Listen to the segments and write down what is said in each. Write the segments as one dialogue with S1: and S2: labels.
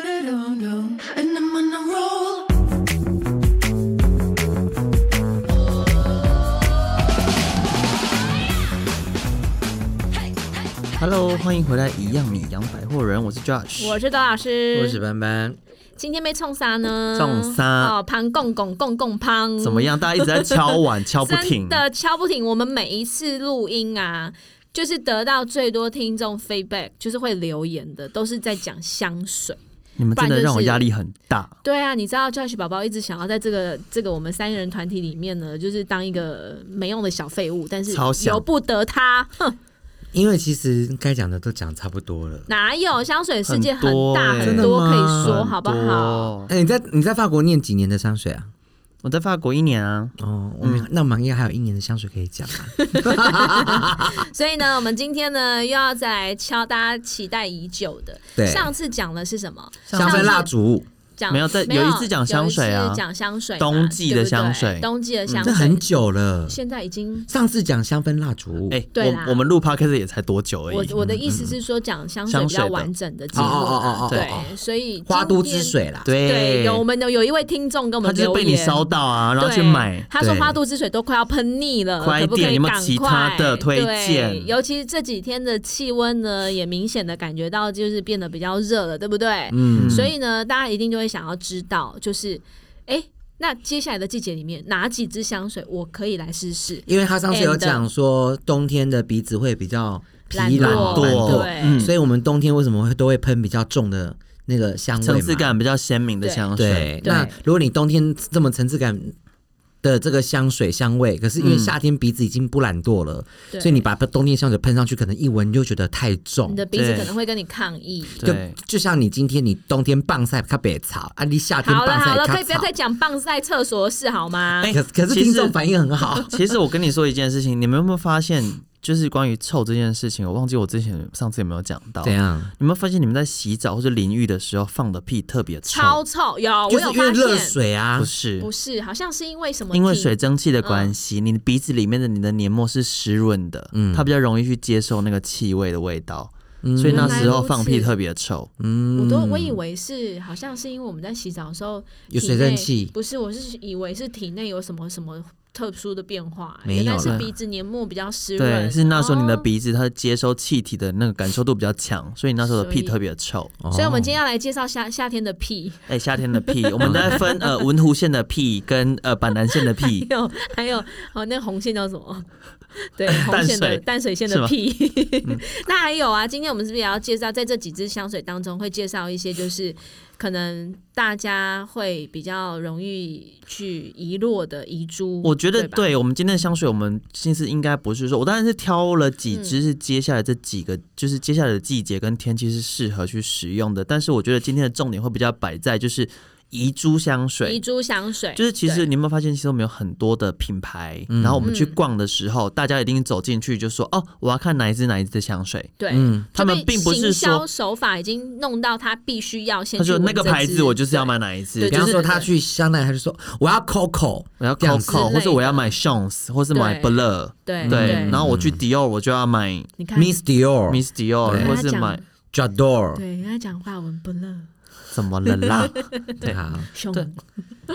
S1: And I'm on a roll.
S2: Hello，欢迎回来，一样米阳百货人，我是 Josh，
S3: 我是董老师，
S2: 我是班班，
S3: 今天被冲啥呢？
S2: 冲啥
S3: 哦，胖共共共共胖，
S2: 怎么样？大家一直在敲碗，敲不停
S3: 真。的敲不停。我们每一次录音啊，就是得到最多听众 feedback，就是会留言的，都是在讲香水。
S2: 你们真
S3: 不然就
S2: 的
S3: 是
S2: 让我压力很大。
S3: 对啊，你知道 Josh 宝宝一直想要在这个这个我们三个人团体里面呢，就是当一个没用的小废物，但是
S2: 超想
S3: 由不得他。哼，
S4: 因为其实该讲的都讲差不多了。
S3: 哪有香水世界很
S2: 很多
S3: 大，
S2: 欸
S3: 很
S2: 真的
S3: 多可以
S4: 吗
S3: 说，好不
S2: 多？
S3: 好？
S4: 哎、你在你在法国念几年的香水啊？
S2: 我在法国一年啊，
S4: 哦，我们、那我们应该还有一年的香水可以讲啊。
S3: 所以呢，我们今天呢又要再来敲大家期待已久的。
S4: 对
S3: 上次讲的是什么？
S4: 香氛蜡烛，
S3: 讲
S2: 没有在有一次讲香水啊
S3: 有一次讲香水嘛，
S2: 冬季的
S3: 对不对
S2: 香水
S3: 冬季的香
S4: 嗯这
S3: 水，
S4: 很久了。
S3: 现在已经。
S4: 上次讲香氛蜡烛，
S2: 哎、
S3: 对啦
S2: 我我们录 podcast 也才多久而
S3: 我
S2: 已。
S3: 我的意思是说，讲香水
S2: 嗯香
S3: 比较
S2: 水的
S3: 完整的记
S4: 哦
S3: 录
S4: 哦哦
S3: 啊，
S4: 哦哦，哦
S3: 对，所以
S4: 花都
S3: 今天
S4: 之水啦。
S3: 对，
S2: 对，
S3: 有我们的有一位听众跟我
S2: 哎他
S3: 们
S2: 就是
S3: 留
S2: 被
S3: 言，
S2: 你烧到啊，然后去
S3: 对
S2: 买。
S3: 他说
S4: 对
S3: 花都之水都快要喷腻了，
S2: 快一
S3: 可不可
S2: 点
S3: 以
S2: 有没有
S3: 赶
S2: 其他
S3: 快
S2: 的推
S3: 对
S2: 荐
S3: 尤其这几天的气温呢，也明显的感觉到就是变得比较热了，对不对？
S4: 嗯，
S3: 所以呢，大家一定就会想要知道，就是哎，那接下来的季节里面哪几支香水我可以来试试？
S4: 因为他上次有
S3: And-
S4: 讲说冬天的鼻子会比较疲
S3: 懒
S4: 懒
S3: 惰
S4: 懒
S2: 惰
S3: 对
S2: 嗯
S4: 所以我们冬天为什么会都会喷比较重的那个香味嘛
S2: 层次感比较鲜明的香水，
S4: 对，
S3: 对
S4: 那如果你冬天这么层次感的这个香水香味，可是因为夏天鼻子已经不懒惰了，
S3: 对
S4: 所以你把冬天香水喷上去，可能一闻就觉得太重
S3: 你。的鼻子
S2: 对
S3: 可能会跟你抗议。
S4: 就
S2: 对，
S4: 就像你今天你冬天棒晒卡北草，啊，你夏天
S3: 好了
S4: 棒
S3: 好了，
S4: 晒
S3: 可
S4: 卡
S3: 以不要再
S4: 草。
S3: 讲棒晒厕所的事好吗？
S2: 哎
S4: 可可是
S2: 其实
S4: 听众反应很 好，
S2: 其实我跟你说一件事情，你们有没有发现，就是关于臭这件事情，我忘记我之前上次有没有讲到。
S4: 怎样？
S2: 你们发现你们在洗澡或者淋浴的时候放的屁特别臭？
S3: 超臭，有哦我
S4: 就
S3: 有
S4: 是因为
S3: 发
S4: 热
S3: 现，
S4: 水啊
S2: 不，是
S3: 不，是，好像是因为什么体？嗯
S2: 因为水蒸气的关系，你的鼻子里面的你的黏膜是湿润的，
S4: 嗯
S2: 它比较容易去接受那个气味的味道，所以那时候放屁特别臭。
S4: 嗯
S3: 我都我以为是，好像是因为我们在洗澡的时候
S4: 有
S3: 体
S4: 水蒸
S3: 内
S4: 气
S3: 不是，我是以为是体内有什么什么特殊的变化，
S4: 没有
S3: 原来是
S4: 啦
S3: 鼻子黏膜比较湿润，
S2: 对，是那时候你的
S3: 哦
S2: 鼻子它接收气体的那个感受度比较强，所以那时候的屁
S3: 所以
S2: 特别臭。
S3: 所以，我们今天要来介绍夏夏天的屁，
S2: 哎、夏天的屁，我们都在分呃文湖县的屁跟呃板南县的屁
S3: 还。有还有哦，那红线叫什么？对， 红
S2: 淡
S3: 线的
S2: 水
S3: 淡水线
S2: 是
S3: 的
S2: 吗嗯
S3: 屁。 那还有啊，今天我们是不是也要介绍，在这几支香水当中会介绍一些，就是可能大家会比较容易去遗落的遗珠？
S2: 我觉得
S3: 吧
S2: 对我们今天的香水，我们其实应该不是说，我当哦然是挑了几支是接下来这几个，就是接下来的季节跟天气是适合去使用的。但是我觉得今天的重点会比较摆在就是遗珠香
S3: 遗
S2: 水。
S3: 珠香水，
S2: 就是其实
S3: 对
S2: 你有没有发现，其实我们有很多的品牌，
S3: 嗯
S2: 然后我们去逛的时候，大家一定走进去就说：“哦，我要看哪一支哪一支的香水。
S3: 对，
S4: 嗯
S2: 他们
S3: 就被
S2: 并不是
S3: 行销
S2: 说
S3: 手法已经弄到他必须要”先
S2: 他
S3: 去
S2: 说：“
S3: 闻
S2: 那个
S3: 这
S2: 牌
S3: 支
S2: 子我就是要
S3: 对
S2: 买哪一支。”
S3: 对
S2: 就
S4: 比方
S2: 是
S4: 说他去香奈，他就说我要 Coco，
S2: 我要
S4: 这样子
S2: Coco，或
S3: 之类的
S2: 者我要买 Shons，或是买
S3: 对
S2: Blur，
S3: 对嗯
S2: 对，然后我去 Dior 我就要买
S3: 你看
S4: Miss Dior、
S2: Miss Dior，
S4: 对
S2: 或
S3: 他
S2: 是
S3: 讲
S2: 买
S4: Jador，
S3: 对，人家讲话文不乐，
S2: 怎么了 啦？对
S4: 好，
S3: 凶
S2: 对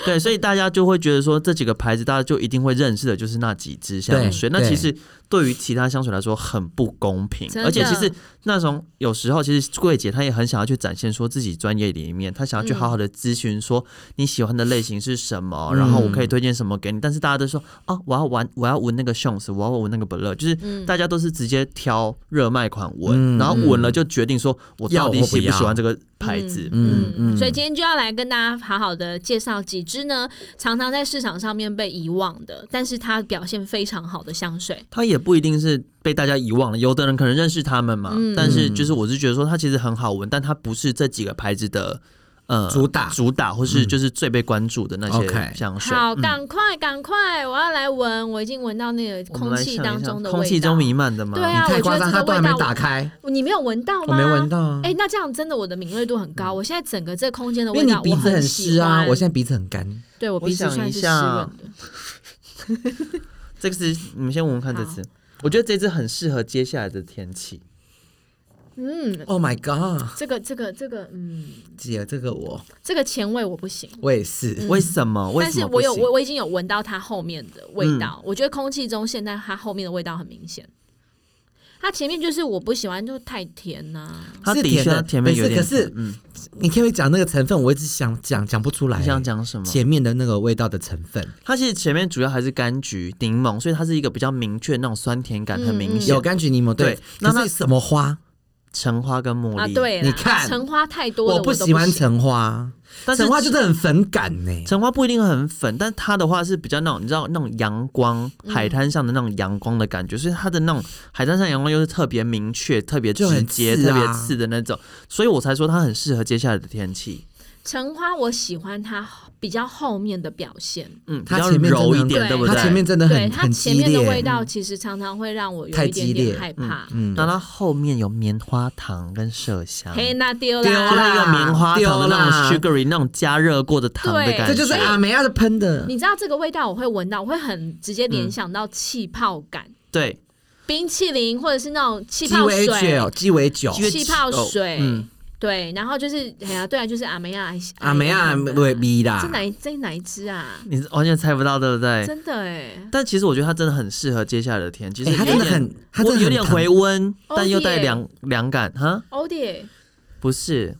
S2: 对，所以大家就会觉得说这几个牌子，大家就一定会认识的，就是那几支香水。
S4: 对
S2: 那其
S4: 对
S2: 实对于其他香水来说很不公平，
S3: 真的
S2: 而且其实那种有时候其实柜姐她也很想要去展现说自己专业里面，她想要去好好的咨询说你喜欢的类型是什么，
S4: 嗯
S2: 然后我可以推荐什么给你。但是大家都说哦，我要玩，我要闻那个 Shons，我要闻那个 Blur，就是大家都是直接挑热卖款闻，
S4: 嗯
S2: 然后闻了就决定说我到底
S4: 要或不
S2: 喜不喜
S4: 要
S2: 欢这个牌子。
S4: 嗯嗯，
S3: 所以今天就要来跟大家好好的介绍几支呢，常常在市场上面被遗忘的，但是它表现非常好的香水。
S2: 它也不一定是被大家遗忘了，有的人可能认识他们嘛，
S3: 嗯
S2: 但是
S4: 嗯
S2: 就是我是觉得说它其实很好闻，但它不是这几个牌子的呃
S4: 主打嗯
S2: 主打或是就是最被关注的那些
S4: OK
S2: 香水。嗯
S3: 好，赶快赶快，我要来闻，我已经闻到那个
S2: 我们
S3: 空
S2: 来想
S3: 气
S2: 一
S3: 当
S2: 想
S3: 中的味道。
S2: 空气中弥漫的吗？
S3: 对啊
S4: 你太
S3: 我觉
S4: 夸
S3: 得
S4: 张，
S3: 这
S4: 他
S3: 个
S4: 都还
S3: 味
S4: 没
S3: 道
S4: 打开，
S3: 你没有闻到
S4: 我
S3: 吗？
S4: 没闻。到啊嗯
S3: 哎、，那这样真的我的敏锐度很高，我现在整个这个空间的
S4: 因为
S3: 味
S4: 你
S3: 道
S4: 鼻
S3: 我
S4: 子很
S3: 喜
S4: 湿
S3: 欢。
S4: 啊，我现在鼻子很干，
S3: 对我
S2: 我
S3: 鼻子
S2: 想
S3: 算
S2: 一
S3: 是湿
S2: 下
S3: 润的。
S2: 这个是你们先闻闻看这支，我觉得这支很适合接下来的天气。
S3: 嗯，
S4: Oh my god，
S3: 这个这个这个，嗯，
S4: 姐，这个我
S3: 这个前味我不行。
S4: 我也是，
S2: 为什么？为
S3: 嗯但
S2: 什
S3: 是
S2: 么
S3: 我
S2: 不
S3: 有
S2: 行？
S3: 我我已经有闻到它后面的味道，
S4: 嗯
S3: 我觉得空气中现在它后面的味道很明显。它前面就是我不喜欢，就太甜呐、
S2: 它
S4: 是
S2: 的
S4: 甜
S2: 确
S4: 的
S2: 甜面有点，
S4: 可是可是
S2: 嗯，
S4: 你可不可以讲那个成分？我一直想讲讲不出来、
S2: 你想讲什么？
S4: 前面的那个味道的成分，
S2: 它其实前面主要还是柑橘、柠檬，所以它是一个比较明确那种酸甜感很明
S3: 嗯
S2: 显
S4: 有。柑橘柠檬对
S2: 对，那
S4: 可
S2: 那
S4: 是什么花？
S2: 橙花跟茉莉，
S3: 啊，对啦，
S4: 你看
S3: 橙花太多了，
S4: 我
S3: 我都
S4: 喜欢
S3: 行
S4: 橙花，
S2: 但是
S4: 橙花就是很粉感呢、
S2: 橙花不一定很粉，但它的话是比较那种你知道那种阳光
S4: 嗯
S2: 海滩上的那种阳光的感觉，所以它的那种海滩上阳光又是特别明确、特别
S4: 就
S2: 直
S4: 很
S2: 接、
S4: 刺
S2: 特
S4: 啊
S2: 别刺的那种，所以我才说它很适合接下来的天气。
S3: 橙花，我喜欢它比较后面的表现，
S2: 嗯，比
S4: 它
S2: 较
S4: 前面真的
S2: 柔一
S4: 很
S2: 点，
S3: 对
S2: 对不
S4: 它
S2: 对？
S4: 前面真的
S3: 对
S4: 很
S3: 它
S4: 很
S3: 前
S4: 激
S3: 面的
S4: 烈，
S3: 味道，其实常常会让我有
S4: 太
S3: 一点
S4: 激烈
S3: 点害怕。
S4: 嗯，
S2: 那它后面有棉花糖跟麝香，
S3: 嘿，那丢
S4: 丢
S2: 就
S4: 啦
S3: 啦！
S2: 那个棉花糖的那种
S4: 丢
S2: sugary 那种加热过的糖的
S3: 对
S2: 感觉，
S4: 这就是阿梅亚的喷的，
S3: 你知道这个味道，我会闻到，我会很直接
S4: 嗯
S3: 联想到气泡感，
S2: 对
S3: 冰淇淋或者是那种气
S4: 鸡
S3: 泡
S4: 尾
S3: 水，
S4: 酒，鸡尾酒，
S2: 尾
S3: 气泡
S2: 酒
S3: 水，
S2: 嗯
S3: 对，然后就是哎呀，对啊，就是阿梅亚，
S4: 阿梅亚味
S3: 这
S4: 逼啦，
S3: 哪一这哪一支啊？
S2: 你完全猜不到，对不对？
S3: 真的哎，
S2: 但其实我觉得它真的很适合接下来的天气，
S4: 哎，它真的
S2: 有点
S4: 很，它真的
S2: 有点
S4: 很疼
S2: 回温，
S3: 哦
S2: 但又带
S3: 耶
S2: 凉凉感哈，
S3: 欧弟
S2: 不是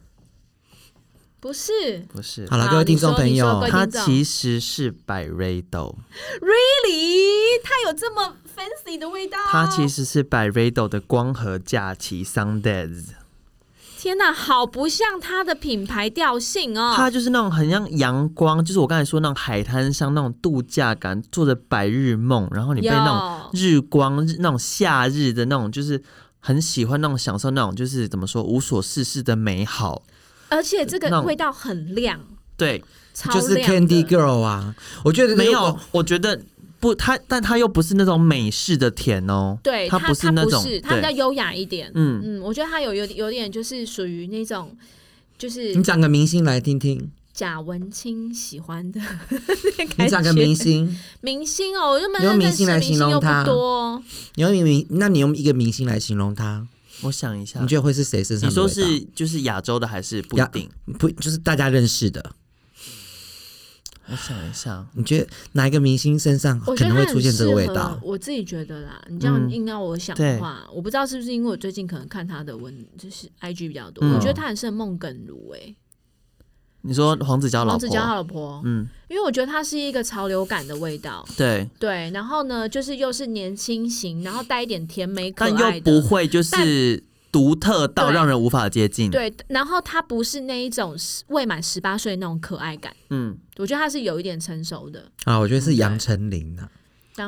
S3: 不 是
S2: 不是，
S4: 好了，
S3: 好
S4: 各位
S3: 你
S4: 听众
S3: 说
S4: 朋
S3: 你说
S4: 友
S3: 各位，
S2: 它
S3: 听众
S2: 其实是百瑞
S3: 哦
S2: 豆，
S3: Really，它有这么 fancy 的味道？
S2: 它其实是百瑞豆的光合假期 Sundays，
S3: 天哪，好不像它的品牌调性
S2: 它
S3: 哦。
S2: 就是那种很像阳光，就是我刚才说那种海滩上那种度假感，做着白日梦，然后你被那种
S3: 有
S2: 日光、日那种夏日的那种，就是很喜欢那种享受那种，就是怎么说无所事事的美好。
S3: 而且这
S2: 那
S3: 个
S2: 种
S3: 味道很亮，
S2: 对，
S3: 超
S4: 就
S3: 亮
S4: 是
S3: 的。
S4: Candy Girl 啊，我觉得
S2: 没有，我觉得不，它但它又不是那种美式的甜哦，
S3: 对，
S2: 它
S3: 它
S2: 不是那种
S3: 它不是，它比较
S2: 对，
S3: 优雅一点。
S2: 嗯，
S3: 嗯，我觉得它有有有点就是属于那种。就是
S4: 你讲个明星来听听，
S3: 贾文清喜欢的
S4: 你讲个明星，
S3: 明星哦，我就没
S4: 你用
S3: 认
S4: 明
S3: 识
S4: 星来形容
S3: 又不
S4: 他
S3: 多哦，
S4: 你用一个明，那你用一个明星来形容他，
S2: 我想一下
S4: 你，觉得会是谁身上
S2: 你
S4: 的味道？
S2: 说是就是亚洲的还是不一
S4: 亚
S2: 定？
S4: 不就是大家认识的？
S2: 我想一下，
S4: 你觉得哪一个明星身上
S3: 我
S4: 可
S3: 觉得
S4: 能
S3: 它
S4: 会
S3: 很
S4: 出现这个
S3: 适
S4: 味
S3: 合
S4: 道？
S3: 我自己觉得啦，你这样
S2: 嗯
S3: 硬要我想
S2: 对
S3: 的话，我不知道是不是因为我最近可能看他的文，就是 IG 比较多，
S2: 嗯
S3: 我觉得他很适合孟耿如诶、
S2: 你说黄子佼老婆
S3: 王子，娇他老婆，
S2: 嗯，
S3: 因为我觉得他是一个潮流感的味道，
S2: 对，
S3: 对，然后呢，就是又是年轻型，然后带一点甜美可爱
S2: 但
S3: 的，
S2: 又不会就是独特到
S3: 对
S2: 让人无法接近，，
S3: 对，然后他不是那一种未满十八岁那种可爱感，
S2: 嗯，
S3: 我觉得他是有一点成熟的。
S4: 啊，我觉得是杨丞琳啊。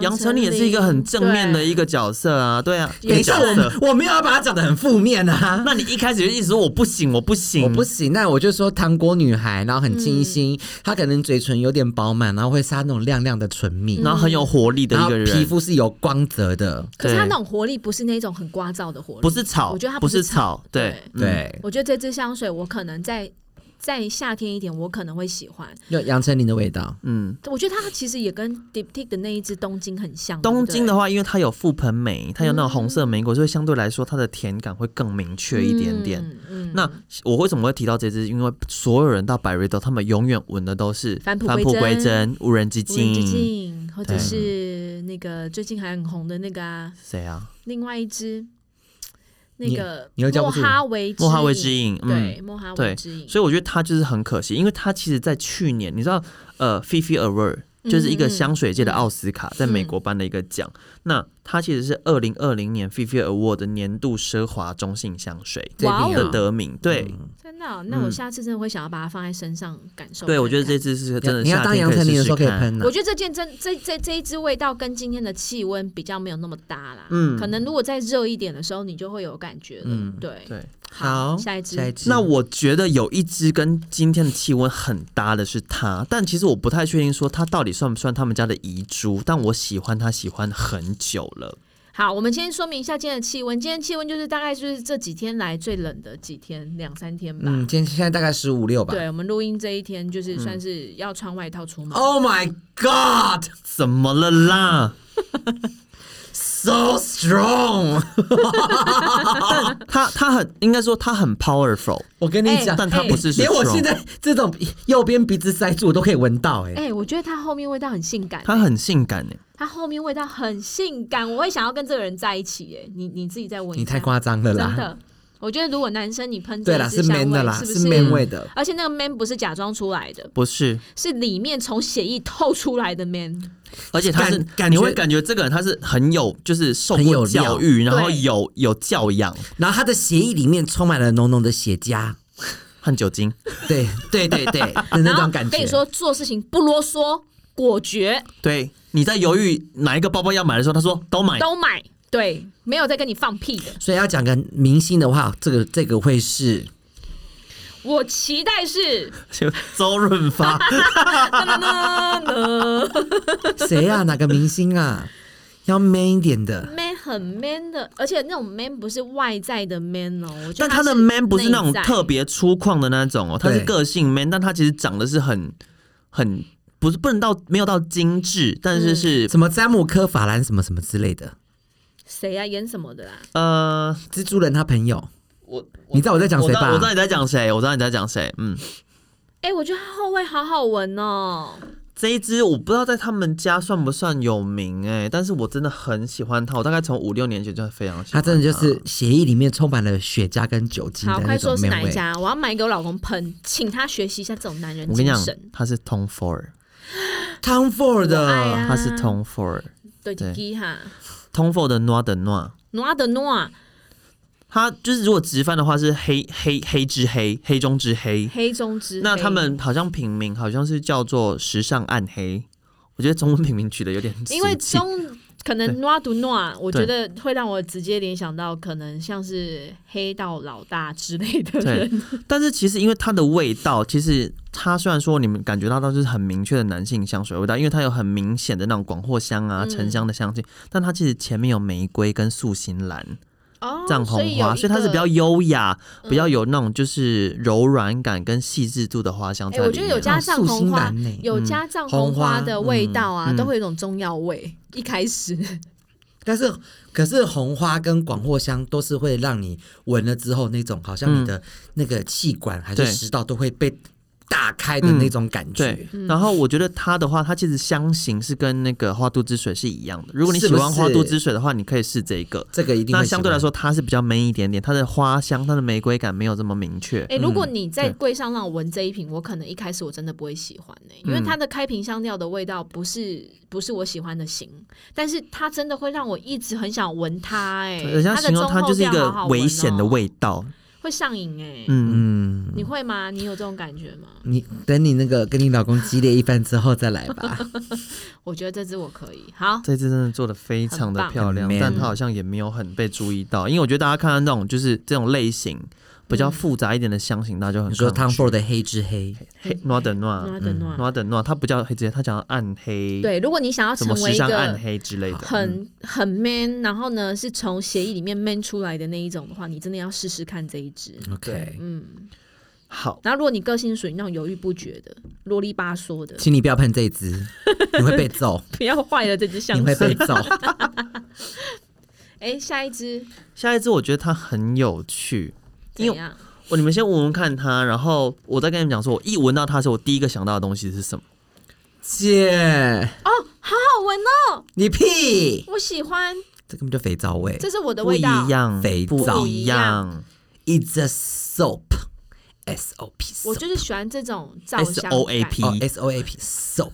S2: 杨丞琳也是一个很正面的
S3: 对
S2: 一个角色啊，对啊，一
S3: 也
S4: 等
S2: 个
S4: 一
S2: 角
S4: 下，
S2: 色。
S4: 哎我我没有要把它讲的很负面啊。
S2: 那你一开始就一直说我不行，我不行，
S4: 我不行，那我就说糖果女孩，然后很清
S3: 嗯
S4: 新，她可能嘴唇有点饱满，然后会撒那种亮亮的唇
S3: 嗯
S4: 蜜，
S2: 然后很有活力的一
S4: 然后
S2: 个人，
S4: 皮肤是有光泽的，
S3: 可是他
S2: 对
S3: 那种活力不是那种很聒噪的活力，
S2: 不是草，
S3: 我觉得它
S2: 不
S3: 不
S2: 是
S3: 是
S2: 草，对
S3: 对
S2: 嗯
S4: 对，
S3: 我觉得这支香水我可能在在夏天一点，我可能会喜欢。
S4: 有杨丞琳的味道。
S2: 嗯。
S3: 我觉得它其实也跟 Diptyque 的那一支东京很像。
S2: 东京的
S3: 话，
S2: 话，因为它有覆盆梅，它有那种红色莓果，所以相对来说它的甜感会更明确一点点。
S3: 嗯，嗯
S2: 那我为什么会提到这支？因为所有人到百瑞豆，他们永远闻的都是
S3: 返璞
S2: 返璞
S3: 归
S2: 归
S3: 真
S2: 真、无人之
S3: 无人之
S2: 境。
S3: 境，或者
S2: 对
S3: 是那个最近还很红的那个啊，
S2: 谁啊？
S3: 另外一支那
S4: 你
S3: 个
S4: 你又叫不
S3: 莫
S4: 出
S3: 哈维
S2: 莫哈维之
S3: 影，
S2: 影。
S3: 对，
S2: 嗯，
S3: 莫哈维
S2: 对
S3: 之影。
S2: 所以我觉得它就是很可惜，因为它其实在去年，你知道，呃，Fifi Award
S3: 嗯
S2: 就是一个香水界的奥斯卡，在美国颁的一个奖。那它其实是二零二零年 Fifi Award 的年度奢华中性香水
S3: 哇
S2: 的
S3: 哦，
S2: 得名。对，
S3: 真的哦、那我
S2: 嗯
S3: 下次真的会想要把它放在身上感受。
S2: 对，我觉得
S3: 看看
S2: 这次是真的
S4: 你要
S2: 夏
S4: 当
S2: 天
S4: 杨
S2: 可以
S4: 丞琳
S2: 试
S4: 的时
S2: 试
S4: 候可以
S2: 看。
S4: 喷啊
S3: 我，觉得这件真这这这一支味道跟今天的气温比较没有那么搭啦，
S2: 嗯
S3: 可能如果再热一点的时候，你就会有感觉了，
S4: 嗯
S3: 对。
S2: 对，
S4: 好，
S3: 下一支
S4: 下一支。
S2: 那我觉得有一支跟今天的气温很搭的是它，但其实我不太确定说它到底算不算他们家的遗珠，但我喜欢它，喜欢很久了。
S3: 好，我们先说明一下今天的气温，今天气温就是大概就是这几天来最冷的几天，两三天吧。
S4: 嗯，今天现在大概十五六吧。
S3: 对，我们录音这一天
S2: 嗯
S3: 就是算是要穿外
S2: 哦
S3: 套出门。
S4: Oh my God！
S2: 怎么了啦？
S4: so strong。
S2: 它它很应该说它很 powerful，
S4: 我跟你
S3: 哎
S4: 讲，
S2: 但它不是
S4: 啊连我
S2: strong
S4: 现在这种右边鼻子塞住我都可以闻到、哎、
S3: 哎、我觉得他后面味道很性感、
S2: 它很性感欸诶。
S3: 他后面味道很性感，我会想要跟这个人在一起。哎，你你自己再闻一下，
S4: 你太夸张了
S3: 真
S4: 啦。
S3: 的。我觉得如果男生你喷这
S4: 对
S3: 一
S4: 啦，
S3: 支
S4: 是
S3: 香
S4: man 的
S3: 味，
S4: 啦，
S3: 是不
S4: 是 man 味
S2: 嗯
S4: 的。
S3: 而且那个 man 不是假装出来的，
S2: 不 是，
S3: 是里面从血液透出来的 man。
S2: 而且他是
S4: 感感觉
S2: 你会感觉这个人他是很有就是受
S4: 很有
S2: 过
S4: 料
S2: 教育，然后
S3: 对
S2: 有有教养，
S4: 然后他的血液里面充满了浓浓的血浆，
S2: 和酒精。
S4: 对对对对 的
S3: 然
S4: 那
S3: 后
S4: 种感觉。
S3: 跟你说做事情不啰嗦，果决，
S2: 对，你在犹豫哪一个包包要买的时候，他说都
S4: 哎
S2: 买。
S3: 嗯都买，对，没有在跟你放屁的。
S4: 所以要讲个明星的话，这个这个 会是
S3: 我期待 是
S2: 就周润 发，
S3: 噔噔噔噔
S4: 谁啊？哪个明星啊？要 man 一点的，
S3: man 很 man 的，而且那种 man 不是外在的 man 哦，我觉
S2: 但
S3: 得
S2: 他的
S3: 是
S2: man 不是那种
S3: 内在
S2: 特别粗犷的那种哦，他是
S4: 对
S2: 个性 man，但他其实长得是很很不是不能到没有到精致，但是是、
S4: 什么詹姆科法兰什么什么之类的，
S3: 谁啊演什么的啦，嗯
S2: 呃，
S4: 蜘蛛人他朋友，
S2: 我
S4: 你知道我在讲
S2: 我知
S4: 谁
S2: 道
S4: 吧
S2: 我知？道你在讲谁，我知道你在讲谁，嗯。
S3: 哎、我觉得它后味好好闻哦，
S2: 这一支我不知道在他们家算不算有名哎、但是我真的很喜欢它，我大概从五六年前就非常喜
S4: 他
S2: 欢它。
S4: 真的就是血液里面充满了血浆跟酒精
S3: 好，
S4: 的
S3: 快
S4: 那
S3: 说
S4: 种
S3: 是哪
S4: man
S3: 一
S4: 味。
S3: 家，我要买给我老公喷，请他学习一下这种男人
S2: 我跟
S3: 精
S2: 你讲
S3: 神，，
S2: 它是 Tom Ford，嗯
S4: Tom Ford
S3: 我爱
S4: 的
S3: 啊，
S2: 它是 Tom Ford，Tom
S3: 对
S2: 对
S3: 滴哈，
S2: Ford 的 Noir 的 Noir，
S3: 诺的诺，
S2: 它就是如果直翻的话是黑黑黑之黑，黑中之黑。
S3: 黑中之
S2: 那
S3: 黑
S2: 他们好像品名好像是叫做时尚暗黑，我觉得中文品名取的有点俗气，
S3: 因为中可能 noir to noir，我觉得会让我直接联想到可能像是黑道老大之类的
S2: 对
S3: 人。
S2: 但是其实因为它的味道，其实它虽然说你们感觉到它就是很明确的男性香水味道，因为它有很明显的那种广藿香
S3: 嗯
S2: 啊、沉香的香气，但它其实前面有玫瑰跟素心兰、
S3: 哦
S2: 藏红花，所以它是比较。优雅、
S3: 嗯
S2: 比较有那种就是柔软感跟细致度的哦花香
S3: 哎、
S2: 在
S3: 我
S2: 里
S3: 觉得
S2: 面。
S3: 有加藏
S4: 素
S3: 红
S4: 心
S3: 花
S4: 兰呢，
S3: 有加藏红花的味道啊，
S2: 嗯
S3: 都会有一种中药味。一开始，
S4: 但是可是红花跟广藿香都是会让你闻了之后那种好像你的那个气管还
S2: 嗯
S4: 是
S2: 对
S4: 食道都会被打开的那种感
S2: 对
S4: 觉。，
S3: 嗯
S2: 然后我觉得它的话，它其实香型是跟那个花都之水是一样的。如果你
S4: 是
S2: 喜
S4: 不
S2: 欢花都
S4: 是
S2: 之水的话，你可以试这个。
S4: 这个一定会
S2: 那
S4: 喜
S2: 相对来
S4: 欢
S2: 说，它是比较 man 一点点，它的花香、它的玫瑰感没有这么明确。
S3: 哎、
S2: 嗯
S3: 如果你在
S2: 对
S3: 柜上让我闻这一瓶，我可能一开始我真的不会喜欢呢、
S2: 嗯
S3: 因为它的开瓶香料的味道不是不是我喜欢的型，但是它真的会让我一直很想闻它、哎，
S2: 人家
S3: 它的
S2: 形容
S3: 中
S2: 它
S3: 后
S2: 就是一
S3: 调
S2: 个
S3: 好好
S2: 危
S3: 闻
S2: 险的
S3: 哦
S2: 味道。
S3: 会上瘾哎、
S2: 嗯，
S4: 嗯，
S3: 你会吗？你有这种感觉吗？
S4: 你等你那个跟你老公激烈一番之后再来 吧。
S3: 我觉得这支我可以。好，
S2: 这次真的做的非常的漂亮
S4: 很，棒
S2: 但它好像也没有很被注意到，因为我觉得大家看到那种就是这种类型比较复杂一点的香型，大家就很
S4: 你说
S2: 抗
S4: Tom
S2: 拒
S4: Ford 的黑之黑，
S2: 黑 noir 的嗯 noir
S3: Noir 的 Noir
S2: 的 noir，它不叫黑之黑，它叫暗黑，，
S3: 啊对，如果你想要
S2: 什
S3: 成
S2: 么
S3: 为
S2: 时
S3: 一
S2: 尚暗
S3: 个
S2: 黑之类的，嗯
S3: 很很 man，然后呢是从协议里面 man 出来的那一种的话，你真的要试试看这一支。
S4: OK，
S2: 嗯好。
S3: 然后，如果你个性属于那种犹豫不决的、啰里吧嗦的，
S4: 请你不要喷这一 支，你会被揍，
S3: 不要坏了这支
S4: 你
S3: 香
S4: 会
S3: 水
S4: 被。揍。
S3: 哎，下一支
S2: 下一支我觉得它很有趣，
S3: 怎
S2: 因为
S3: 样？
S2: 我你们先闻闻看它，然后我再跟你们讲说，我一闻到它的时候，我第一个想到的东西是什么？
S4: 姐，
S3: 好好闻哦，
S4: 你屁，
S3: 我喜欢，
S4: 这根本就肥皂味。
S3: 这是我的
S2: 不
S3: 味
S2: 一
S3: 道。
S2: 样，
S4: 肥皂
S2: 不一样。
S4: It's a soap, S O P，
S3: 我就是喜欢这种皂香
S2: SOAP
S4: 哦 S O A P soap，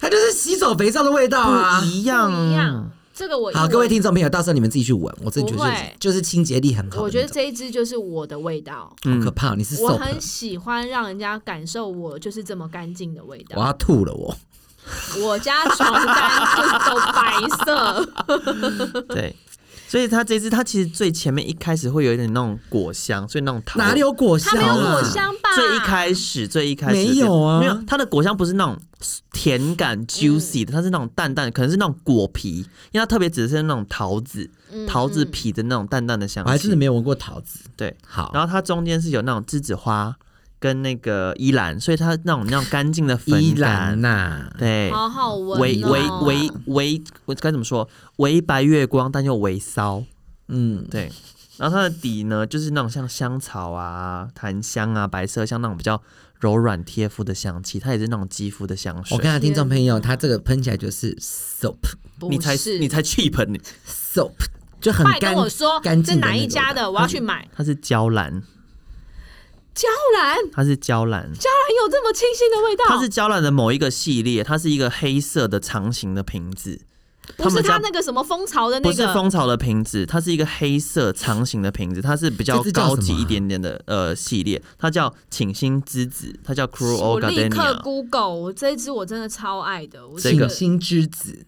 S4: 它就是洗手肥皂的味道啊
S2: 不。一
S3: 感
S2: 样，
S3: 不一样。这个我一
S4: 好，各
S3: 闻
S4: 位听众朋友，到时候你们自己去闻，我真的觉
S3: 不
S4: 得
S3: 会
S4: 就是就是清洁力很好的那种。
S3: 我觉得这一支就是我的味道，
S4: 好可怕，你是
S3: 我很
S4: soap，
S3: 喜欢让人家感受我就是这么干净的味
S4: 我
S3: 道。
S4: 要吐了我。
S3: 我家床单就是都白色，
S2: 对。所以它这支，它其实最前面一开始会有一点那种果香，所以那种桃
S4: 哪里有果香
S3: 它没有
S4: 啊？
S3: 果香吧？
S2: 最一开始，最一开始
S4: 没有啊
S2: 没有它的果香不是那种甜感 juicy
S3: 嗯
S2: 的，它是那种淡淡，可能是那种果皮，因为它特别指的是那种桃子、
S3: 嗯
S2: 桃子皮的那种淡淡的香
S4: 我还真的
S2: 气。
S4: 没有闻过桃子。
S2: 对，
S4: 好，
S2: 然后它中间是有那种栀子花、跟那个依兰，所以它那种那种干净的
S4: 依
S2: 粉感，
S4: 兰呐，
S2: 对，
S3: 好好闻、哦，
S2: 微微微微，我该怎么说？微白月光，但又微骚，
S4: 嗯，
S2: 对。然后它的底呢，就是那种像香草啊、檀香啊、白麝香那种比较柔软贴肤的香气，它也是那种肌肤的香
S4: 我
S2: 水
S4: 跟。他听众朋友，他这个喷起来就是 soap
S3: 不
S2: 你才
S3: 是
S2: 你才 cheap，你
S4: soap，就很
S3: 快
S4: 干
S3: 跟我说
S4: 干
S3: 这
S4: 净的
S3: 哪
S4: 那
S3: 一
S4: 种
S3: 家的，我要去买。
S2: 它是娇兰，
S3: 娇兰，
S2: 它是娇兰，
S3: 娇兰有这么清新的味道？
S2: 它是娇兰的某一个系列，它是一个黑色的长形的瓶子，
S3: 不
S2: 他
S3: 是
S2: 们家
S3: 他那个什么蜂巢的那个？
S2: 不是蜂巢的瓶子，它是一个黑色长形的瓶子，它是比较
S4: 这支叫
S2: 高
S4: 什
S2: 级
S4: 么啊
S2: 一点点的呃系列，它叫请心之子，它叫 Cruel
S3: 我
S2: o g a d e
S3: 立
S2: n
S3: 刻
S2: i
S3: Google，我这一支我真的超爱的。我
S2: 这
S3: 觉
S2: 个
S3: 得
S4: 清新之子，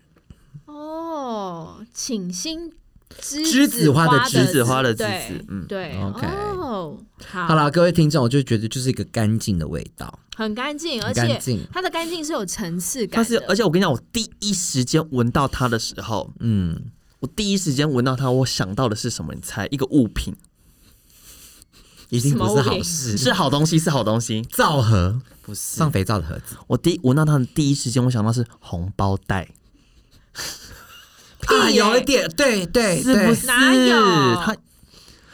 S3: 哦，请心栀
S4: 栀子花的
S3: 的
S2: 栀子花的栀
S3: 对
S2: 子嗯
S3: 对
S4: OK
S3: 哦，好，
S4: 好了，各位听众，我就觉得就是一个干净的味道，
S3: 很干净，而
S4: 很干
S3: 且
S4: 净，
S3: 它的干净是有层次
S2: 它
S3: 感的，
S2: 是，而且我跟你讲，我第一时间闻到它的时候，
S4: 嗯，
S2: 我第一时间闻到它，我想到的是什么？你猜，一个物品，
S4: 一定不
S3: 什
S4: 是
S3: 么
S4: 好
S3: 味
S4: 事，
S2: 是好东西，是好东西，
S4: 皂盒，
S2: 不是
S4: 放肥皂的盒子，
S2: 我第一闻到它的第一时间，我想到是红包袋，
S3: 屁
S4: 啊，
S3: 耶
S4: 有一点，对对
S2: 是不
S4: 哎对，
S2: 是？
S3: 哪有
S2: 它，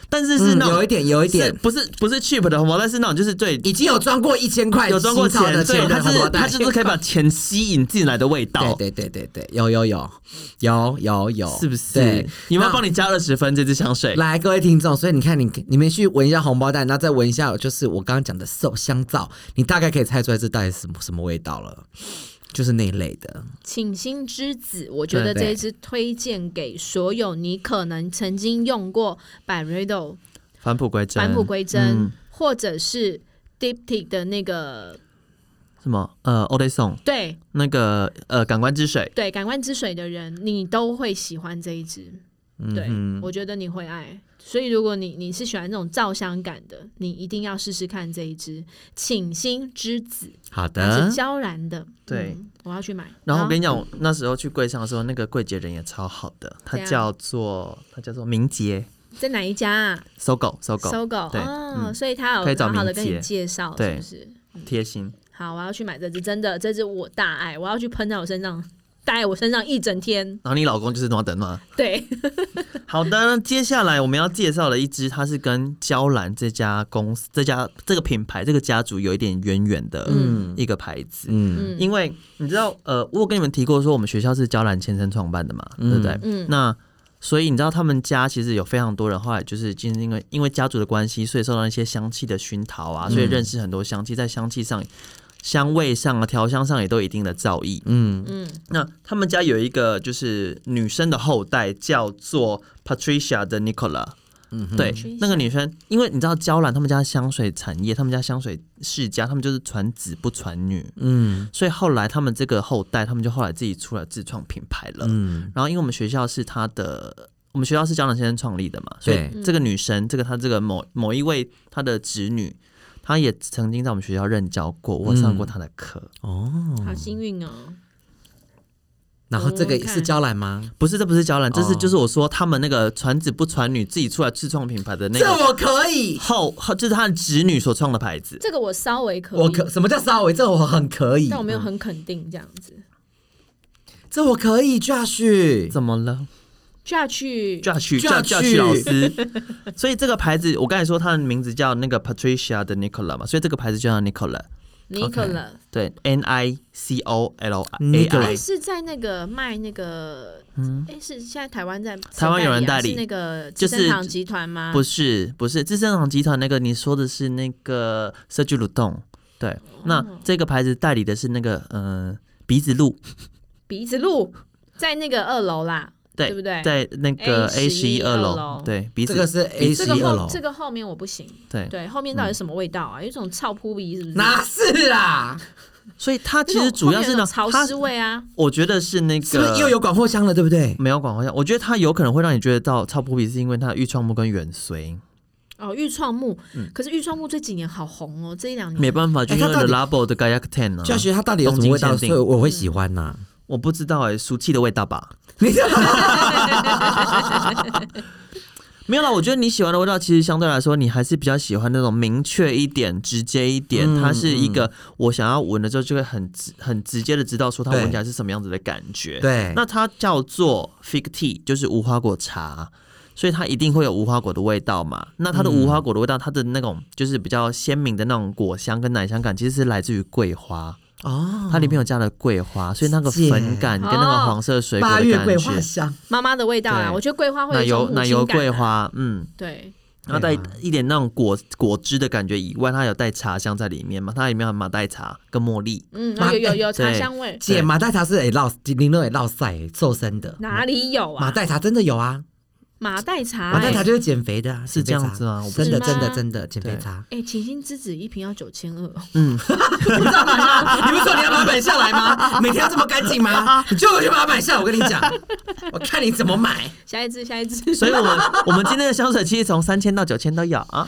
S2: 但是是
S4: 嗯
S2: 那种、
S4: 有一点，有一
S2: 是
S4: 点，
S2: 不是不是 cheap 的红包袋，是那种就是最
S4: 已经有装过一千块，
S2: 有装过
S4: 新钞的
S2: 对，
S4: 钱的
S2: 它
S4: 红包
S2: 是
S4: 袋
S2: 它就是可以把钱吸引进来的味道，
S4: 对对对对对，有有有有有有，
S2: 是不是
S4: 对？
S2: 有没有
S4: 那
S2: 帮你加二十分这支香水？
S4: 来，各位听众，所以你看你，你们去闻一下红包蛋，然后再闻一下，就是我刚刚讲的馊香皂，你大概可以猜出来这到底是什么什么味道了，就是那一类的。
S3: 请心之子，我觉
S2: 对
S3: 得
S2: 对
S3: 这一支推荐给所有你可能曾经用过 b r e d o
S2: 返璞归真，
S3: 返璞归真，
S2: 嗯
S3: 或者是 Dipty 的那个，
S2: 什么？呃 o d a y Song
S3: 对
S2: 那个呃，感官之水，
S3: 对，感官之水的人，你都会喜欢这一支。
S2: 嗯
S3: 对，我觉得你会爱。所以，如果你你是喜欢这种皂香感的，你一定要试试看这一支请心之子，
S4: 好
S3: 它
S4: 的
S3: 是，娇兰的。
S2: 啊对
S3: 嗯我要去买。
S2: 然后我跟
S3: 你
S2: 你讲，我那时候去柜上的时候，那个柜姐人也超好的，她
S3: 怎样
S2: 叫做她叫做明杰，
S3: 在哪一家、啊？
S2: 搜狗搜狗，
S3: 搜狗
S2: 对
S3: 哦，
S2: 嗯
S3: 所以他有
S2: 可以找
S3: 好好的
S2: 明
S3: 跟你
S2: 姐
S3: 介绍，是
S2: 对
S3: 不是？
S2: 贴心。
S3: 好，我要去买这只，真的，这只我大爱，我要去喷在我身上，戴在我身上一整天。
S2: 然后你老公就是暖等暖。
S3: 对，
S2: 好的，那接下来我们要介绍的一支，它是跟娇兰这家公司、这家这个品牌、这个家族有一点渊源的一个牌子。
S4: 嗯，
S3: 嗯，
S2: 因为你知道，呃，我有跟你们提过说，我们学校是娇兰先生创办的嘛，对不对？
S3: 嗯
S2: 那所以你知道，他们家其实有非常多人，后来就是就是因为因为家族的关系，所以受到一些香气的熏陶啊，
S3: 嗯
S2: 所以认识很多香气，在香气上、香味上啊、调香上也都有一定的造诣。
S3: 嗯，
S2: 那他们家有一个就是女生的后代叫做 Patricia 的 Nicola。嗯，对
S3: Patricia，
S2: 那个女生，因为你知道娇兰他们家香水产业，他们家香水世家，他们就是传子不传女，嗯，所以后来他们这个后代，他们就后来自己出来自创品牌了，嗯，然后因为我们学校是他的，我们学校是娇兰先生创立的嘛，所以
S4: 对
S2: 这个女生，这个她这个某某一位她的侄女，她也曾经在我们学校任教过，我上过她的课，
S3: 好幸运哦。
S4: 然后这个
S3: 我看
S4: 是娇兰吗？
S2: 不是，这不是娇兰，这是
S4: 哦
S2: 就是我说他们那个传子不传女自己出来自创品牌的那
S4: 这
S2: 个
S4: 我可以，
S2: 后后，就是他的侄女所创的牌子。
S3: 这个我稍微可以，
S4: 我可什么叫稍微？这我很可以
S3: 但，我没有很肯定这样子。
S4: 这我可以，Josh，
S2: 怎么了？
S3: 就要去
S2: 叫去叫
S4: 叫去
S2: 叫去老师。 所以这个牌子，我刚才说它的名字叫那个 Patricia 的 Nicola 嘛，所以这个牌子就叫 Nicola，
S3: Nicola，
S2: 对，N I C O L A I
S4: Nicola。
S3: 哎是在那个卖那个，哎，是现在台湾在
S2: 嗯台湾有人
S3: 谁代啊
S2: 代理
S3: 是那个
S2: 就
S3: 资
S2: 是
S3: 生堂集团吗？
S2: 不是不是，资生堂集团那个你说的是那个社区鲁洞，对，那这个牌子代理的是那个嗯鼻子露，
S3: 鼻子路在那个二楼啦，
S2: 对
S3: 对不对
S2: 在那个 A 十一
S3: A11
S2: 二
S3: 二
S2: 楼
S3: 楼，
S2: 对，鼻
S4: 这
S2: 子
S4: 个是 A
S3: 这
S4: 十
S3: 个
S4: 二
S3: 后
S4: 楼，
S3: 这个后面我不行。
S2: 对
S3: 对，后面到底什么味道啊？有一种臭扑鼻，是不是？
S4: 哪是啊？
S2: 所以它
S3: 那
S2: 其
S3: 种
S2: 实主要是呢，
S3: 后面有一种潮
S2: 它
S3: 湿味啊，
S2: 我觉得是那个嗯
S4: 是不是又有广藿香了？对不对？
S2: 没有广藿香？我觉得它有可能会让你觉得到超扑鼻，是因为它的愈创木跟原髓，
S3: 哦，愈创木，可是愈创木这几年好红哦，这一两年
S2: 嗯没办法，就因为
S4: 哎它到
S2: The
S4: 底
S2: Labo 的 Gaia Ten 呢、
S4: ，Josh，它到底有什么味道？
S2: 东京限
S4: 所以
S2: 定
S4: 我会喜 欢呐、
S2: 我不知道哎、俗气的味道吧。
S4: 你
S2: 没有啦，我觉得你喜欢的味道，其实相对来说，你还是比较喜欢那种明确一点、直接一点。
S4: 嗯
S2: 它是一个我想要闻了之后，就会很直、很直接的知道说它
S4: 对
S2: 闻起来是什么样子的感觉。
S4: 对
S2: 那它叫做 fig tea，就是无花果茶。所以它一定会有无花果的味道嘛？那它的无花果的味道，它的那种就是比较鲜明的那种果香跟奶香感，其实是来自于桂花，
S4: 哦，
S2: 它里面有加了桂花，所以那个
S4: 姐
S2: 粉感跟那
S3: 哦
S2: 个黄色水果
S4: 八
S2: 的
S4: 月
S2: 感
S4: 桂
S2: 觉
S4: 花，香，
S3: 妈妈的味道啊，
S2: 对
S3: 我觉得桂花会有
S2: 奶
S3: 一种
S2: 油
S3: 母
S2: 奶
S3: 亲
S2: 油
S3: 感啊
S2: 桂，花，嗯，
S3: 对，
S2: 然后带
S4: 嗯
S2: 一点那种果果汁的感觉以外，它有带茶香在里面嘛？它里面有马黛茶跟茉莉，
S3: 嗯，
S4: 妈
S3: 有有有茶
S2: 对
S3: 香味，
S4: 姐马黛茶是哎也落，玲珑也落晒欸瘦身的，
S3: 哪里有
S4: 马
S3: 啊？
S4: 黛茶真的有啊，
S3: 马黛茶，哎
S4: 马黛茶就是减肥的啊，
S2: 哎是这
S4: 减肥
S2: 样
S4: 茶
S2: 子吗？我不
S4: 真的
S3: 是吗，
S4: 真的真的减肥茶
S3: 哎，清心之子一瓶要九千二，
S4: 你知道买吗？ 你不是说你要把它买下来 吗？每天要这么干净吗？你就去把它买下来，我跟你讲， 我看你怎么买。
S3: 下一支下一支，
S2: 所以我们我们今天的香水其实从三千到九千都有啊。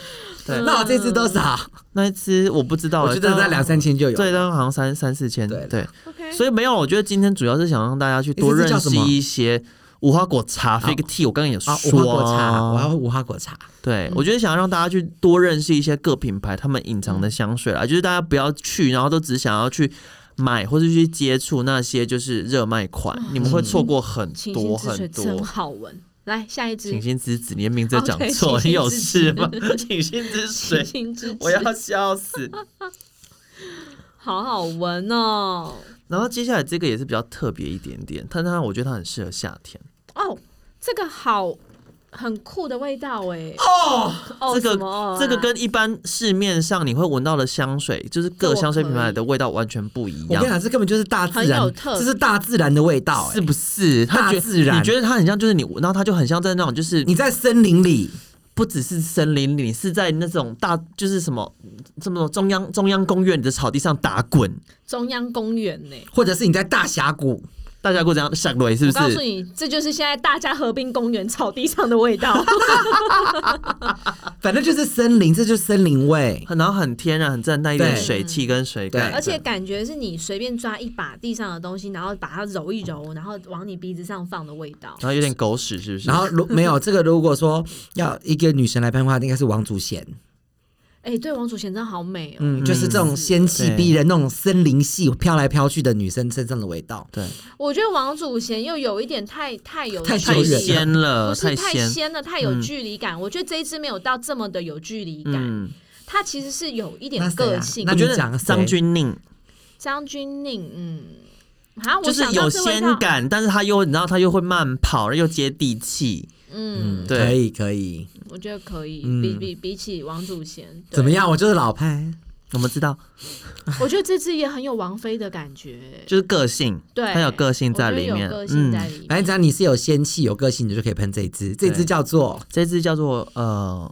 S2: 对，
S4: 那我这次多少？
S2: 那一支我不知道，
S4: 我觉得在两三千就有。
S2: 对，但好像三三四千，
S4: 对
S2: 对。
S3: OK，
S2: 所以没有，我觉得今天主要是想让大家去多
S4: 诶这支叫
S2: 认
S4: 什
S2: 识
S4: 么
S2: 一些无花果茶 fig tea。我刚刚也
S4: 啊，无
S2: 说
S4: 花果茶，我
S2: 啊，
S4: 要无花果茶。
S2: 对，
S3: 嗯
S2: 我觉得想要让大家去多认识一些各品牌他们隐藏的香水
S3: 嗯
S2: 啦，就是大家不要去，然后都只想要去买或者去接触那些就是热卖款，
S3: 嗯
S2: 你们会错过很
S3: 清
S2: 多
S3: 新嗯之
S2: 很
S3: 水
S2: 多。
S3: 真好闻，来下一支
S2: 请心之子，你的名字讲错，
S3: 哦对
S2: 你有
S3: 清
S2: 事
S3: 新之
S2: 吗？请心之
S3: 清
S2: 水，
S3: 新之
S2: 我
S3: 子，
S2: 要笑死。
S3: 好好闻哦，
S2: 然后接下来这个也是比较特别一点点，但它我觉得它很适合夏天。
S3: 哦，这个好。很酷的味道哎、哦
S2: 这
S3: 什么哦
S2: 个这个
S3: 啊
S2: 跟一般市面上你会闻到的香水，就是各
S3: 这我
S2: 香水
S3: 可
S2: 品牌
S3: 以
S2: 的味道完全不一
S4: 我跟
S2: 样
S4: 你。讲，这根本就是大自然
S3: 很有，特
S4: 这是大自然的味道、
S2: 是
S4: 欸。
S2: 不是？它
S4: 大
S2: 觉
S4: 自然
S2: 你觉得它很像，就是你，然后它就很像在那种，就是
S4: 你
S2: 你
S4: 在森林里，
S2: 不只是森林里，是在那种大，就是什么什么中央中央公园里的草地上打滚，
S3: 中央公园呢、
S4: 或者是你在大峡谷，
S2: 大家给我这样闪雷，是不
S3: 我告诉
S2: 是？
S3: 你，这就是现在大家河滨公园草地上的 味道。
S2: 啊
S4: 反正就是森林，这就是森林味。
S2: 很然后很天然，很自然带一点
S4: 对
S2: 水汽跟水
S4: 对
S2: 感，
S3: 而且感觉是你随便抓一把地上的东西，然后把它揉一揉，然后往你鼻子上放的味道。
S2: 然后有点狗屎，是不是？
S4: 然后如 没有这个，如果说要一个女神来拍的话，应该是王祖贤。
S3: 哎、对，王祖贤真的好美哦、
S4: 嗯，就是这种仙气逼人、那种森林系飘来飘去的女生身上的味道。
S2: 对，
S3: 我觉得王祖贤又有一点太太有
S4: 太
S2: 太
S4: 久远了嗯
S2: 鲜了，
S3: 不是太
S2: 鲜，
S3: 了，太有距离感。我觉得这一支没有到这么的有距离感，
S2: 嗯，
S3: 它其实是有一
S4: 那
S3: 点
S4: 谁啊
S3: 个性。
S4: 那
S2: 我
S4: 你
S2: 觉得
S4: 讲谁
S2: 张钧甯
S3: 张钧甯，嗯，啊，我
S2: 就是
S3: 想
S2: 有
S3: 到这味道
S2: 仙，感，但是他又你知道他又会慢跑，又接地气。
S3: 嗯，
S2: 对
S4: 可以可以。
S3: 我觉得可以，
S4: 嗯
S3: 比比比起王祖贤，对
S4: 怎么？样？我就是老派，
S2: 我们知道，
S3: 我觉得这支也很有王菲的感觉，
S2: 就是个性，
S3: 对，
S2: 它有个性
S3: 我觉
S2: 在
S3: 得
S2: 里
S3: 有
S2: 面，嗯哎
S3: 个性在里面。
S4: 反正只要你是有仙气、有个性，你就可以喷这一支。这支叫做
S2: 这支叫做呃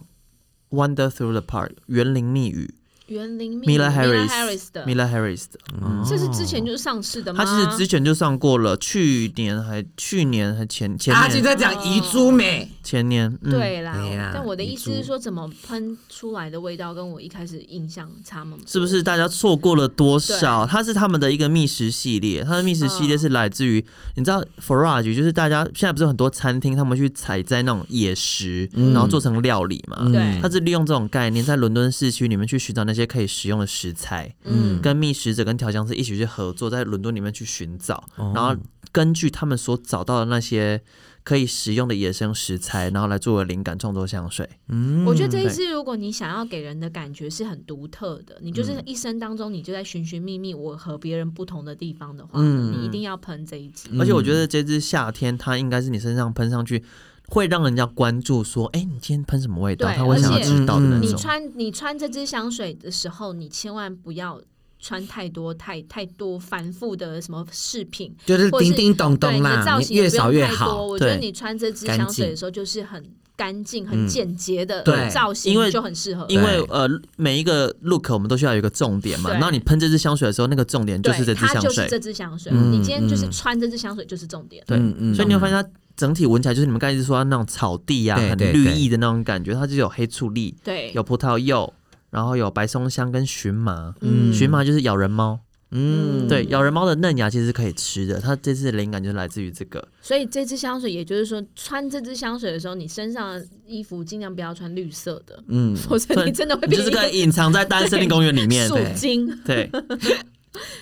S2: ，Wander Through the Park 园林密语
S3: 园林密
S2: Mila
S3: Mila
S2: Harris
S3: Harris 的，啊
S2: ，Mila Harris 的，嗯，
S3: 这是之前就上市的吗？
S2: 他其实之前就上过了，去年还去年还前前
S4: 阿金
S2: 年
S4: 在讲遗珠美。
S2: 前年，嗯，
S3: 啊对啦
S4: 哎呀，
S3: 但我的意思
S4: 遗
S3: 是
S4: 珠
S3: 说，怎么喷出来的味道跟我一开始印象差那么多
S2: 是不是？大家错过了多少？它是他们的一个觅食系列，它的觅食系
S3: 嗯
S2: 列是来自于、你知道 forage，就是大家现在不是很多餐厅他们去采摘那种野食，然后做成料理嘛。
S4: 嗯
S3: 对
S2: 它是利用这种概念，在伦敦市区里面去寻找那些可以食用的食材，
S3: 嗯
S2: 跟觅食者跟调香师一起去合作，在伦敦里面去寻找，然后根据他们所找到的那些可以食用的野生食材，然后来作为灵感创作香水。嗯
S3: 我觉得这一支，如果你想要给人的感觉是很独特
S2: 嗯
S3: 的，你就是一生当中你就在寻寻觅觅我和别人不同的地方的话，
S2: 嗯
S3: 你一定要喷这一支。
S2: 而且我
S4: 嗯
S2: 觉得这支夏天，它应该是你身上喷上去，会让人家关注说，哎、你今天喷什么味道？
S3: 对
S2: 他会想要知道的
S4: 而
S2: 那
S4: 且
S3: 你
S2: 种。
S3: 穿你穿这支香水的时候，你千万不要穿太多太太多繁复的什么饰品，
S4: 就是叮叮咚
S3: 对
S4: 咚
S3: 你的
S4: 啦
S3: 造，
S4: 你
S3: 型也
S4: 越
S3: 不用
S4: 少越
S3: 太多。
S4: 好。
S3: 我觉得
S2: 对
S3: 你穿这支
S4: 干
S3: 香水
S4: 净
S3: 的时候就是很干净、很简洁的
S4: 对
S3: 造型，
S2: 因为
S3: 就很适合。
S2: 因为
S4: 对
S2: 呃，每一个 look 我们都需要有一个重点嘛。
S3: 对
S2: 那你喷这支香水的时候，那个重点就
S3: 对，
S2: 是这支
S3: 它
S2: 香
S3: 就是
S2: 水
S3: 这，支香水。
S4: 嗯
S3: 你今天就是
S4: 嗯
S3: 穿这支香水就是重点。
S2: 对。
S4: 嗯嗯
S2: 所以你会发现它整体闻起来就是你们刚才一直说到那种草地啊，
S4: 对
S2: 很
S4: 对
S2: 绿
S4: 对
S2: 意的那种感觉，它就有黑醋栗，
S3: 对，
S2: 有葡萄柚，然后有白松香跟荨麻。
S3: 嗯
S2: 荨麻就是咬人猫，
S4: 嗯，
S2: 对，咬人猫的嫩芽其实是可以吃的，它这次的灵感就是来自于这个。
S3: 所以这支香水，也就是说，穿这支香水的时候，你身上的衣服尽量不要穿绿色的，
S4: 嗯，
S3: 否则 你真的会
S2: 你
S3: 变
S2: 就是
S3: 成
S2: 可以隐藏在单森林公园里面。
S3: 树
S2: 对
S3: 精。
S2: 对，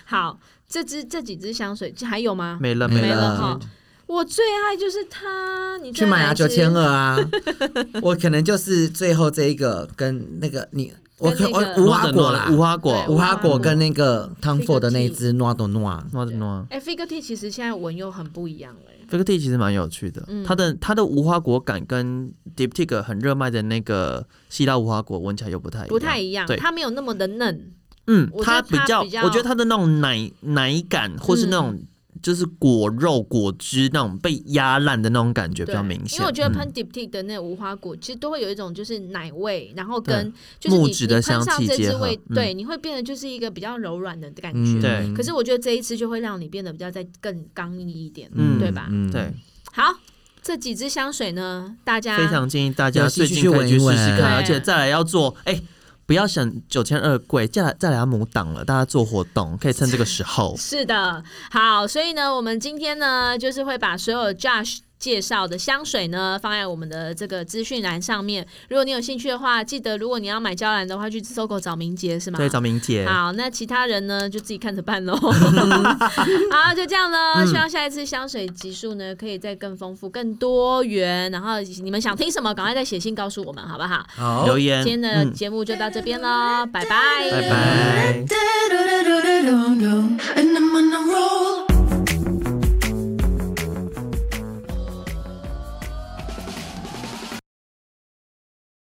S3: 好，这支这几支香水还有吗？
S2: 没了
S4: 没
S3: 没
S2: 了。
S3: 了
S4: 了
S3: 哈。我最爱就是它，你
S4: 去买啊，九千
S3: 二。
S4: 二啊！我可能就是最后这一个跟那个你，我可
S3: 跟那个
S4: 我无花果啦，
S2: 无花果
S3: 对
S4: 无
S3: 无
S4: 花
S3: 花果
S4: 果跟那个汤 o 的那一
S3: 那个
S4: 只诺多诺，
S2: 诺的诺。啊
S3: 哎，Fig T 其实现在闻又很不一样了耶。
S2: 这个 T 其实蛮有趣的，
S3: 嗯
S2: 它的它的无花果感跟 Diptic 很热卖的那个希腊无花果闻起来又不太一样，
S3: 不太一样，
S2: 对，
S3: 它没有那么的嫩，
S2: 嗯，
S3: 我觉
S2: 它
S3: 得
S2: 比
S3: 它
S2: 较，
S3: 比较嗯
S2: 我觉得它的那种奶奶感，或是那种就是果肉果汁那种被压烂的那种感觉比
S3: 对，
S2: 较明显。
S3: 因为我觉
S2: 嗯
S3: 得喷 Diptic 的那个无花果，其实都会有一种就是奶味，然后跟
S2: 对
S3: 就是你
S2: 木质的
S3: 你喷
S2: 香
S3: 上
S2: 气
S3: 这
S2: 结
S3: 支
S2: 合
S3: 味，
S2: 嗯
S3: 对，你会变得就是一个比较柔软的感觉。
S4: 嗯，
S2: 对
S3: 可是我觉得这一支就会让你变得比较再更刚硬一点，
S2: 嗯
S3: 对吧？
S4: 嗯
S2: 对，
S3: 好，这几支香水呢，大家
S2: 非常建议大家
S4: 有兴
S2: 最
S4: 趣
S2: 近可以
S4: 去
S2: 去试
S4: 闻一
S2: 试
S4: 闻
S2: 看，而
S3: 啊对。
S2: 且再来要做，哎、不要想九千二贵，再来再来要母档了，大家做活动可以趁这个时候
S3: 是的，好，所以呢，我们今天呢，就是会把所有 Josh 介绍的香水呢，放在我们的这个资讯栏上面。如果你有兴趣的话，记得如果你要买娇兰的话，去搜狗找明杰是吗？
S2: 对，找明姐，
S3: 好，那其他人呢，就自己看着 办喽。好，就这样喽。希望下一次香水集数呢，可以再更丰富、更多元。然后你们想听什么，赶快再写信告诉我们，好不好？
S4: 好
S2: 留言，
S3: 今天的
S2: 嗯，
S3: 节目就到这边喽，拜拜，
S2: 拜拜。
S1: And I'm on a